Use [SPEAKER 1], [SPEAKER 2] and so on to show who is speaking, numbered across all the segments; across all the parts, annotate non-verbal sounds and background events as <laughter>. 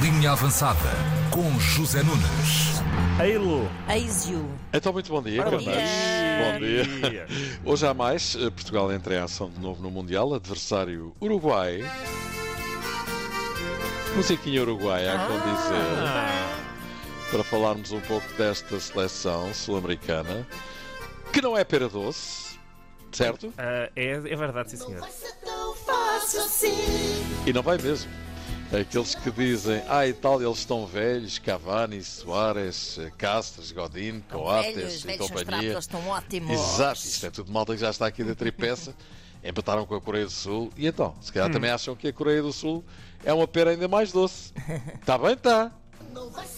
[SPEAKER 1] Linha Avançada com José Nunes.
[SPEAKER 2] Eilo!
[SPEAKER 3] Eis-you.
[SPEAKER 4] Então, muito bom dia,
[SPEAKER 2] Ora, bom
[SPEAKER 4] carneiros. Bom dia. Hoje há mais. eh, Portugal entra em ação de novo no Mundial. Adversário Uruguai. Musiquinha uruguaia, a condizer. Para falarmos um pouco desta seleção sul-americana, que não é pera doce, certo?
[SPEAKER 2] Ah, é, é verdade, sim senhor.
[SPEAKER 4] E não vai mesmo. Aqueles que dizem, ah, e tal, eles estão velhos, Cavani, Soares, Castro, Godin,
[SPEAKER 3] velhos,
[SPEAKER 4] Coates e
[SPEAKER 3] velhos são estrapos,
[SPEAKER 4] companhia.
[SPEAKER 3] eles estão ótimos.
[SPEAKER 4] Exato, isto é tudo malta que já está aqui da tripeça. <laughs> Empataram com a Coreia do Sul e então, se calhar também acham que a Coreia do Sul é uma pera ainda mais doce. Está bem, tá.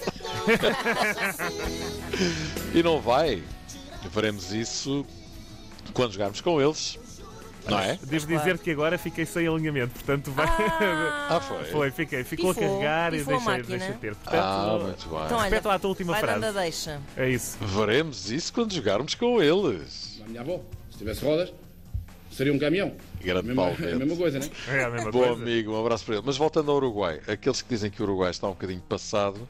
[SPEAKER 4] está. <laughs> e não vai. Veremos isso quando jogarmos com eles. Não é?
[SPEAKER 2] Devo dizer que agora fiquei sem alinhamento, portanto vai.
[SPEAKER 4] Ah, foi.
[SPEAKER 2] <laughs> Foi, fiquei. Ficou
[SPEAKER 3] Pifou,
[SPEAKER 2] a carregar e
[SPEAKER 3] pifou a
[SPEAKER 2] deixei,
[SPEAKER 3] máquina.
[SPEAKER 2] deixei ter. Portanto,
[SPEAKER 4] Ah, muito bem.
[SPEAKER 3] Então, olha,
[SPEAKER 2] Repete lá a tua última
[SPEAKER 3] vai
[SPEAKER 2] frase.
[SPEAKER 3] dando a deixa.
[SPEAKER 2] é isso.
[SPEAKER 4] Veremos isso quando jogarmos com eles.
[SPEAKER 5] A minha avó, se tivesse rodas, seria um caminhão.
[SPEAKER 4] Grande
[SPEAKER 5] Mesma-
[SPEAKER 4] Paulo
[SPEAKER 5] a
[SPEAKER 4] Bento.
[SPEAKER 5] mesma coisa, né?
[SPEAKER 2] É a mesma
[SPEAKER 4] Bom
[SPEAKER 2] coisa.
[SPEAKER 4] amigo, um abraço para ele. Mas voltando ao Uruguai, aqueles que dizem que o Uruguai está um bocadinho passado,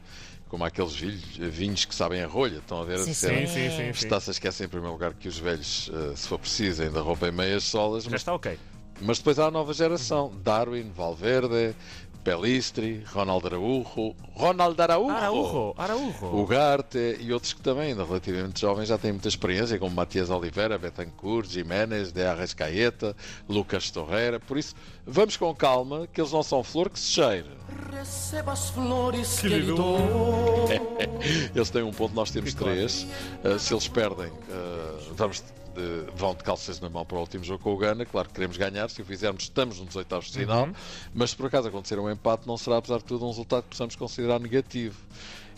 [SPEAKER 4] como aqueles vilhos- vinhos que sabem a rolha, estão a ver a
[SPEAKER 3] Sim,
[SPEAKER 2] Sim,
[SPEAKER 4] dizer,
[SPEAKER 2] sim, sim. sim.
[SPEAKER 4] Está se esquecem em primeiro lugar que os velhos, eh, se for preciso, ainda rompem meias solas,
[SPEAKER 2] Já
[SPEAKER 4] mas,
[SPEAKER 2] está ok.
[SPEAKER 4] mas depois há a nova geração: Darwin, Valverde, Pelistri, Ronald Araújo, Ronald Araújo,
[SPEAKER 2] Araújo, Araújo.
[SPEAKER 4] Ugarte e outros que também, ainda relativamente jovens, já têm muita experiência, como Matias Oliveira, Betancourt, Jiménez, De Arrascaeta, Lucas Torreira. Por isso, vamos com calma, que eles não são flor que se cheira.
[SPEAKER 6] Receba as flores que, lhe
[SPEAKER 2] lindo.
[SPEAKER 6] dou.
[SPEAKER 4] <laughs> Eles têm um ponto, nós temos três. Uh, se eles perdem, uh, vamos de- vão de calças na mão para o último jogo com o Gana. Claro que queremos ganhar. Se o fizermos, estamos nos oitavos de final. Mas se por acaso acontecer um empate, não será, apesar de tudo, um resultado que possamos considerar negativo.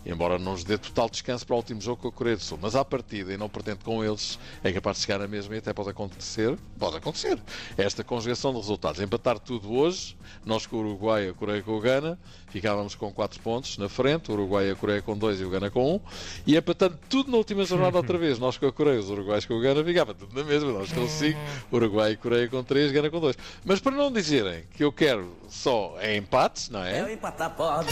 [SPEAKER 4] Embora não nos dê total descanso para o último jogo com a Coreia do Sul, mas à partida, e não pretendo com eles, é capaz de chegar na mesma e até pode acontecer, pode acontecer, esta conjugação de resultados. Empatar tudo hoje, nós com o Uruguai e a Coreia com o Gana, ficávamos com 4 pontos na frente, o Uruguai e a Coreia com 2 e o Gana com 1, um, e empatando tudo na última jornada outra vez, nós com a Coreia, os Uruguais com o Gana, ficava tudo na mesma, nós com 5, Uruguai e Coreia com 3, Gana com 2. Mas para não dizerem que eu quero só é empates, não é?
[SPEAKER 6] Eu empatar pode.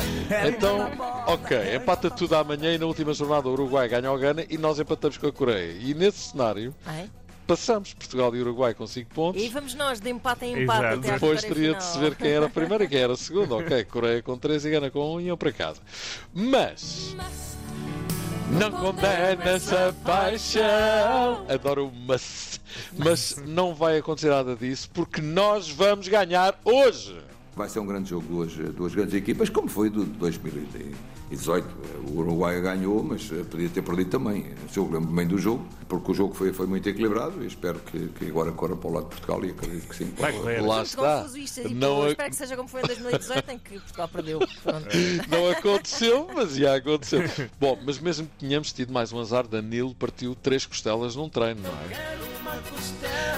[SPEAKER 4] Então, ok, empata tudo amanhã e na última jornada o Uruguai ganha ao Gana e nós empatamos com a Coreia. E nesse cenário,
[SPEAKER 3] Ai.
[SPEAKER 4] passamos Portugal e Uruguai com 5 pontos.
[SPEAKER 3] E vamos nós de empate em empate
[SPEAKER 2] Exato.
[SPEAKER 3] até à
[SPEAKER 4] Depois
[SPEAKER 3] vitória
[SPEAKER 4] teria de
[SPEAKER 3] final.
[SPEAKER 4] se ver quem era a primeira e quem era a segunda. Ok, <laughs> Coreia com 3 e Gana com 1 iam para casa. Mas. Não condenas a paixão. Adoro o mas. Mas não vai acontecer nada disso porque nós vamos ganhar hoje.
[SPEAKER 7] Vai ser um grande jogo, duas, duas grandes equipas, como foi do de 2018. O Uruguai ganhou, mas eh, podia ter perdido também. Se eu lembro bem do jogo, porque o jogo foi, foi muito equilibrado e espero que, que agora corra para o lado de Portugal e acredito que sim.
[SPEAKER 2] Vai correr.
[SPEAKER 4] Lá
[SPEAKER 3] Muito
[SPEAKER 4] está.
[SPEAKER 3] Confuso isto, é tipo,
[SPEAKER 4] Não,
[SPEAKER 3] eu
[SPEAKER 4] ac-
[SPEAKER 3] espero que seja como foi em 2018 em que Portugal perdeu. Pronto.
[SPEAKER 2] É.
[SPEAKER 4] Não aconteceu, mas ia acontecer. Bom, mas mesmo que tenhamos tido mais um azar, Danilo partiu três costelas num treino, não é?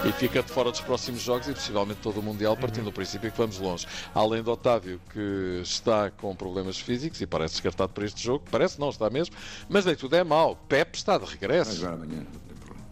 [SPEAKER 4] E fica de fora dos próximos jogos e possivelmente todo o Mundial, partindo do princípio que vamos longe. Além do Otávio, que está com problemas físicos e parece descartado para este jogo, parece não, está mesmo, mas nem tudo é mau. Pepe está de
[SPEAKER 7] Vai
[SPEAKER 4] regresso.
[SPEAKER 7] jogar amanhã, não tem problema.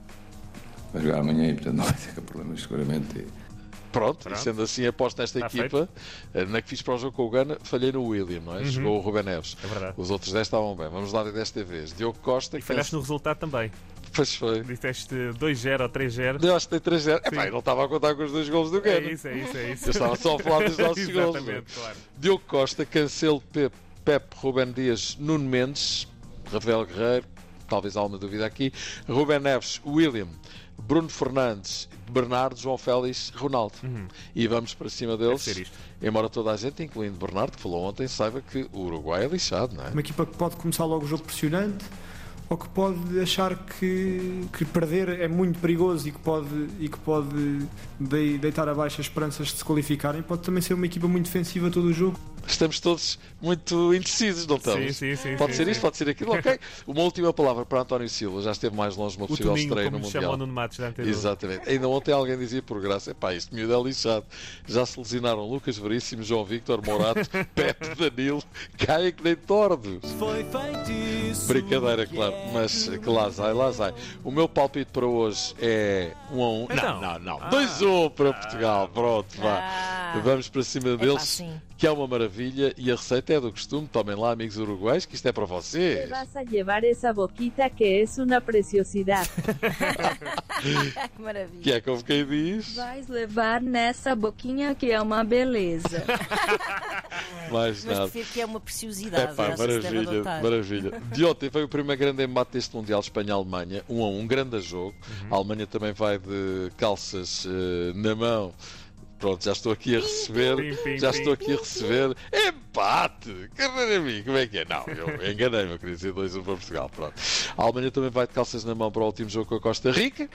[SPEAKER 7] Vai jogar amanhã e portanto não vai ter <laughs> problemas seguramente. E-
[SPEAKER 4] Pronto, e sendo assim, aposto nesta
[SPEAKER 2] Está
[SPEAKER 4] equipa. eh, Na que fiz para o jogo com o Gana, falhei no William, não é? Chegou o Ruben Neves.
[SPEAKER 2] Uhum. É verdade.
[SPEAKER 4] Os outros 10 estavam bem. Vamos lá desta vez. Diogo Costa, que
[SPEAKER 2] Falhaste no resultado também.
[SPEAKER 4] Pois foi.
[SPEAKER 2] Disseste 2-0 ou 3-0.
[SPEAKER 4] Eu acho que tem 3-0. Epá,
[SPEAKER 2] Sim.
[SPEAKER 4] eu não estava a contar com os dois golos do
[SPEAKER 2] É
[SPEAKER 4] Gana.
[SPEAKER 2] isso, é isso,
[SPEAKER 4] <laughs>
[SPEAKER 2] é isso.
[SPEAKER 4] Eu estava só a
[SPEAKER 2] <laughs>
[SPEAKER 4] falar dos nossos golos.
[SPEAKER 2] Exatamente, claro.
[SPEAKER 4] Diogo Costa, Cancelo, Pepe, Pepe, Ruben Dias, Nuno Mendes, Rafael Guerreiro, talvez há uma dúvida aqui, Ruben Neves, William, Bruno Fernandes, Bernardo, João Félix, Ronaldo. E vamos para cima
[SPEAKER 2] Uhum. ser
[SPEAKER 4] deles.
[SPEAKER 2] isto.
[SPEAKER 4] Embora toda a gente, incluindo Bernardo, que falou ontem, saiba que o Uruguai é lixado, não é?
[SPEAKER 8] Uma equipa que pode começar logo o jogo pressionante ou que pode achar que, que perder é muito perigoso e que pode, e que pode dei- deitar abaixo as esperanças de se qualificarem. Pode também ser uma equipa muito defensiva todo o jogo.
[SPEAKER 4] Estamos todos muito indecisos, não estamos?
[SPEAKER 2] Sim, sim, sim.
[SPEAKER 4] Pode
[SPEAKER 2] sim,
[SPEAKER 4] ser
[SPEAKER 2] sim.
[SPEAKER 4] isto, pode ser aquilo, ok. Uma última palavra para António Silva, já esteve mais longe de uma
[SPEAKER 2] O
[SPEAKER 4] possível
[SPEAKER 2] Toninho,
[SPEAKER 4] estreia no
[SPEAKER 2] como lhe chamam
[SPEAKER 4] Mundial.
[SPEAKER 2] no Matos, já entendeu?
[SPEAKER 4] Exatamente. Ainda ontem alguém dizia por graça, epá, este miúdo é lixado. Já se lesionaram Lucas Veríssimo, João Victor,
[SPEAKER 2] <laughs>
[SPEAKER 4] Morato, Pepe, Danilo, caem que nem tordos.
[SPEAKER 6] Foi feitiço.
[SPEAKER 4] Brincadeira, claro, mas que lá sai, lá sai. O meu palpite para hoje é 1 a 1.
[SPEAKER 2] Então.
[SPEAKER 4] Não, não, não. 2 a 1 para um Portugal, pronto, vá.
[SPEAKER 3] Ah,
[SPEAKER 4] Vamos para cima
[SPEAKER 3] pá,
[SPEAKER 4] deles,
[SPEAKER 3] sim.
[SPEAKER 4] que é uma maravilha e a receita é do costume. Tomem lá, amigos uruguais, que isto é para
[SPEAKER 9] Te
[SPEAKER 4] vocês.
[SPEAKER 9] vas a llevar esa boquita que es una preciosidad.
[SPEAKER 3] <laughs> que
[SPEAKER 4] Que
[SPEAKER 3] maravilha.
[SPEAKER 4] é como quem diz,
[SPEAKER 9] Vais levar nessa boquinha que é uma beleza.
[SPEAKER 3] Mas
[SPEAKER 4] mais nada.
[SPEAKER 3] prefiro que é uma preciosidade.
[SPEAKER 4] É pá,
[SPEAKER 3] não sei se deve
[SPEAKER 4] maravilha,
[SPEAKER 3] adotar.
[SPEAKER 4] maravilha. De ontem foi o primeiro grande embate deste Mundial Espanha-Alemanha, um a um, grande jogo.
[SPEAKER 2] Uhum.
[SPEAKER 4] A Alemanha também vai de calças eh, na mão. Pronto, já estou aqui a receber.
[SPEAKER 2] pim, pim,
[SPEAKER 4] já
[SPEAKER 2] pim.
[SPEAKER 4] estou aqui a receber. Empate! Caralho a mim, como é que é? Não, eu enganei-me, eu queria dizer 2-1 para Portugal. Pronto. A Alemanha também vai de calças na mão para o último jogo com a Costa Rica.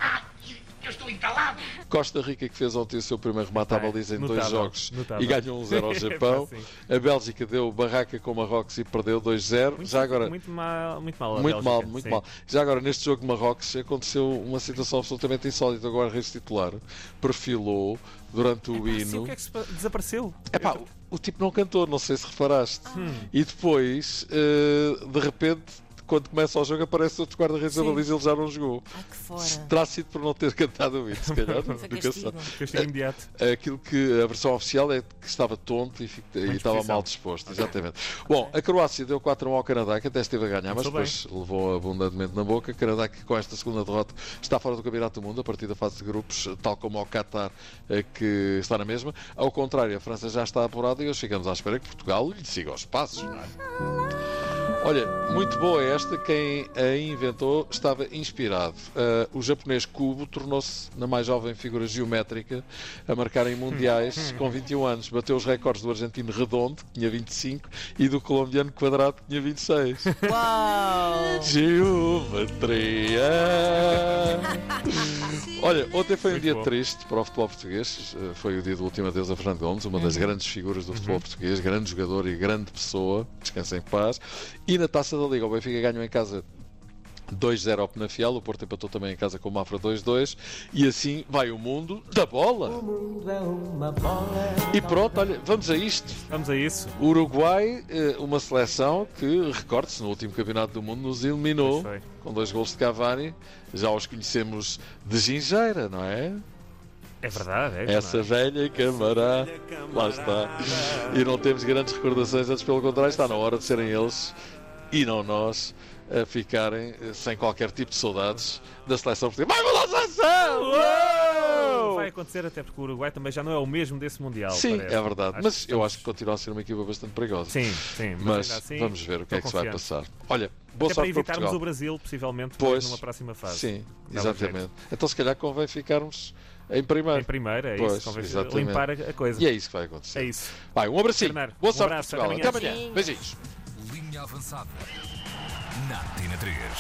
[SPEAKER 4] Costa Rica que fez ontem o seu primeiro remate à
[SPEAKER 2] Bem,
[SPEAKER 4] baliza em dois
[SPEAKER 2] notável,
[SPEAKER 4] jogos
[SPEAKER 2] notável.
[SPEAKER 4] e ganhou
[SPEAKER 2] <laughs>
[SPEAKER 4] 1-0 ao
[SPEAKER 2] É pá,
[SPEAKER 4] Japão.
[SPEAKER 2] sim.
[SPEAKER 4] A Bélgica deu barraca com o Marrocos e perdeu 2-0.
[SPEAKER 2] Muito-
[SPEAKER 4] Já agora.
[SPEAKER 2] Muito mal, muito mal. a
[SPEAKER 4] Muito mal,
[SPEAKER 2] Bélgica,
[SPEAKER 4] muito
[SPEAKER 2] sim.
[SPEAKER 4] mal. Já agora, neste jogo de Marrocos, aconteceu uma situação absolutamente insólita. O guarda-redes titular perfilou durante o
[SPEAKER 2] Sim, o
[SPEAKER 4] hino.
[SPEAKER 2] que é que Ah. Hum. se... pa- desapareceu?
[SPEAKER 4] Epá, o- o tipo não cantou, não sei se reparaste. E depois, eh, de repente, quando começa o jogo, aparece outro guarda-redes da
[SPEAKER 3] Sim.
[SPEAKER 4] baliza e ele já não jogou.
[SPEAKER 3] Ai, que
[SPEAKER 4] Se
[SPEAKER 3] fora.
[SPEAKER 4] terá sido por não ter <laughs> cantado o hino, se calhar.
[SPEAKER 3] Foi
[SPEAKER 4] nunca sabe.
[SPEAKER 3] castigo.
[SPEAKER 4] é
[SPEAKER 2] Castigo imediato.
[SPEAKER 4] Aquilo que a versão oficial é que estava tonto e, fi- e estava
[SPEAKER 2] disposição.
[SPEAKER 4] mal disposto, exatamente. Bom, a Croácia deu 4 1 ao Canadá, que até esteve a ganhar, mas
[SPEAKER 2] Começou bem.
[SPEAKER 4] depois levou abundantemente na boca. Canadá que com esta segunda derrota está fora do Campeonato do Mundo, a partir da fase de grupos, tal como ao Qatar, eh, que está na mesma. Ao contrário, a França já está apurada e hoje ficamos à espera que Portugal lhe siga os passos. não é? Olha, muito boa esta. Quem a inventou estava inspirado. Ah, o japonês Kubo tornou-se na mais jovem figura geométrica a marcar em mundiais com 21 anos. Bateu os recordes do argentino Redondo, que tinha 25, e do colombiano Quadrado, que tinha 26.
[SPEAKER 3] Uau!
[SPEAKER 4] Geometria! Olha, ontem foi um dia triste para o futebol português. Eh, Foi o dia do último adeus a Fernando Gomes, uma das grandes figuras do futebol português, grande jogador e grande pessoa. <laughs> Descansa em paz. E na taça da Liga, o Benfica ganhou em casa 2-0 ao Penafiel. O Porto empatou também em casa com o Mafra 2-2. E assim vai o mundo da bola. E pronto, olha, vamos a isto.
[SPEAKER 2] Vamos a isso.
[SPEAKER 4] Uruguai, eh, uma seleção que, recorde-se, no último campeonato do mundo nos
[SPEAKER 2] Pois
[SPEAKER 4] eliminou
[SPEAKER 2] foi.
[SPEAKER 4] com dois gols de Cavani. Já os conhecemos de gingeira, não é?
[SPEAKER 2] É verdade, é
[SPEAKER 4] Essa
[SPEAKER 2] verdade.
[SPEAKER 4] velha camará. Lá está. E não temos grandes recordações, antes pelo contrário, está na hora de serem eles e não nós a ficarem eh, sem qualquer tipo de saudades da seleção portuguesa. Vai mudar a seleção! Uou!
[SPEAKER 2] Vai acontecer até porque o Uruguai também já não é o mesmo desse Mundial.
[SPEAKER 4] Sim,
[SPEAKER 2] parece.
[SPEAKER 4] é verdade.
[SPEAKER 2] Acho
[SPEAKER 4] mas
[SPEAKER 2] que
[SPEAKER 4] eu
[SPEAKER 2] estamos-
[SPEAKER 4] acho que continua a ser uma equipa bastante perigosa.
[SPEAKER 2] Sim, sim. Mas,
[SPEAKER 4] Mas
[SPEAKER 2] ainda assim,
[SPEAKER 4] vamos ver o que
[SPEAKER 2] estou
[SPEAKER 4] é que se vai
[SPEAKER 2] confiante.
[SPEAKER 4] passar. Olha, boa
[SPEAKER 2] Até para
[SPEAKER 4] sorte para
[SPEAKER 2] evitarmos
[SPEAKER 4] Portugal.
[SPEAKER 2] o Brasil, possivelmente,
[SPEAKER 4] Pois.
[SPEAKER 2] numa próxima fase.
[SPEAKER 4] Sim,
[SPEAKER 2] Dá um
[SPEAKER 4] exatamente. Então se calhar convém ficarmos em primeiro.
[SPEAKER 2] Em primeira, é
[SPEAKER 4] Pois,
[SPEAKER 2] isso. Convém
[SPEAKER 4] exatamente.
[SPEAKER 2] limpar a a coisa.
[SPEAKER 4] E é isso que vai acontecer.
[SPEAKER 2] É isso.
[SPEAKER 4] Vai, um abracinho.
[SPEAKER 2] Bernardo,
[SPEAKER 4] Boa
[SPEAKER 2] um
[SPEAKER 4] sorte
[SPEAKER 2] abraço,
[SPEAKER 4] para Portugal.
[SPEAKER 2] até
[SPEAKER 4] Até amanhã.
[SPEAKER 3] amanhã.
[SPEAKER 4] Beijinhos.
[SPEAKER 1] Linha avançada. Na Tina 3.